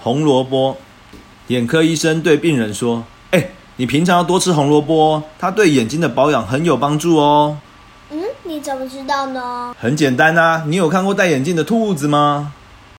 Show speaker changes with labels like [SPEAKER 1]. [SPEAKER 1] 红萝卜。眼科医生对病人说：“哎、你平常要多吃红萝卜哦，它对眼睛的保养很有帮助哦。
[SPEAKER 2] 嗯，你怎么知道呢？
[SPEAKER 1] 很简单啊，你有看过戴眼镜的兔子吗？